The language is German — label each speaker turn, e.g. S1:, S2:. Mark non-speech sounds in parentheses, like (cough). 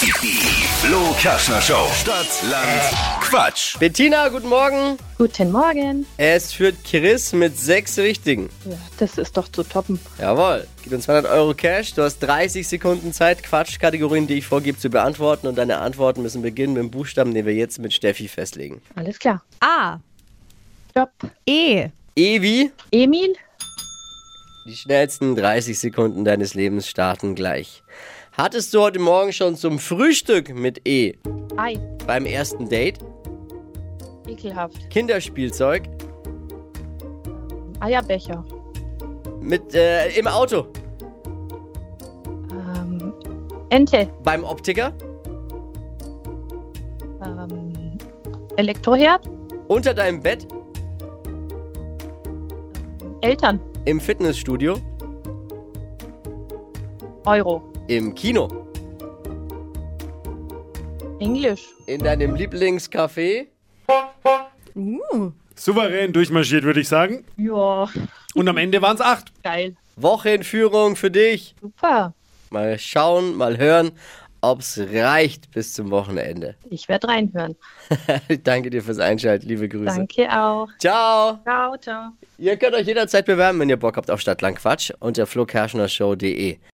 S1: Die Flo Kaschner Show. Stadt, Land, Quatsch.
S2: Bettina, guten Morgen.
S3: Guten Morgen.
S2: Es führt Chris mit sechs Richtigen.
S3: Ja, das ist doch zu toppen.
S2: Jawohl. Gib uns 200 Euro Cash. Du hast 30 Sekunden Zeit, Quatschkategorien, die ich vorgebe, zu beantworten. Und deine Antworten müssen beginnen mit dem Buchstaben, den wir jetzt mit Steffi festlegen.
S3: Alles klar.
S4: A.
S3: Job.
S4: E.
S2: Evi,
S3: Emil.
S2: die schnellsten 30 Sekunden deines Lebens starten gleich. Hattest du heute Morgen schon zum Frühstück mit E
S3: Ei.
S2: beim ersten Date?
S3: Ekelhaft.
S2: Kinderspielzeug?
S3: Eierbecher.
S2: Mit, äh, im Auto?
S3: Ähm, Ente.
S2: Beim Optiker?
S3: Ähm, Elektroherd.
S2: Unter deinem Bett?
S3: Eltern.
S2: Im Fitnessstudio?
S3: Euro.
S2: Im Kino?
S3: Englisch.
S2: In deinem Lieblingscafé?
S4: Uh.
S5: Souverän durchmarschiert, würde ich sagen.
S3: Ja,
S5: Und am Ende waren es acht.
S3: geil.
S2: Woche in Führung für dich.
S3: Super.
S2: Mal schauen, mal hören, ob's reicht bis zum Wochenende. (laughs)
S3: Ich werde reinhören.
S2: Danke dir fürs Einschalten, liebe Grüße.
S3: Danke auch.
S2: Ciao.
S3: Ciao, ciao.
S2: Ihr könnt euch jederzeit bewerben, wenn ihr Bock habt auf Stadtland Quatsch unter flokerschnershow.de.